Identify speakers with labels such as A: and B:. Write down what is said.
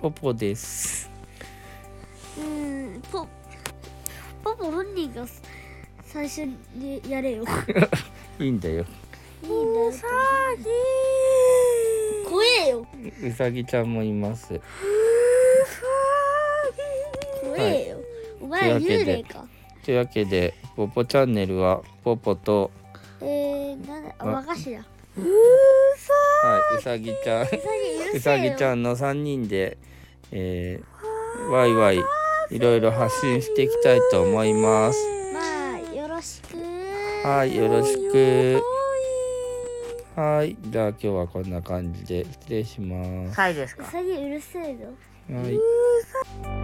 A: ポポです
B: うんポポポ本人が最初にやれよいいんだ
A: いいんだよ
B: よ怖えよ
A: うさぎちゃんもいます
B: 怖えよ、お前は
A: とい
B: 幽
A: うわけで
B: 霊か
A: というわけでポポチャンネルはポポと
B: えー、なんだあ
A: あ
B: 和菓子だう
A: はいうさぎちゃん
B: さぎうる
A: う
B: せ
A: さ
B: えよ
A: ぎちゃんの3人で、えー、ワイワイいろいろ発信していきたいと思います。
B: まあよろしく
A: はい、よろしく。はい、じゃあ今日はこんな感じで失礼します。
C: サイです
B: う
C: か
B: さぎうるせえぞ
A: はい。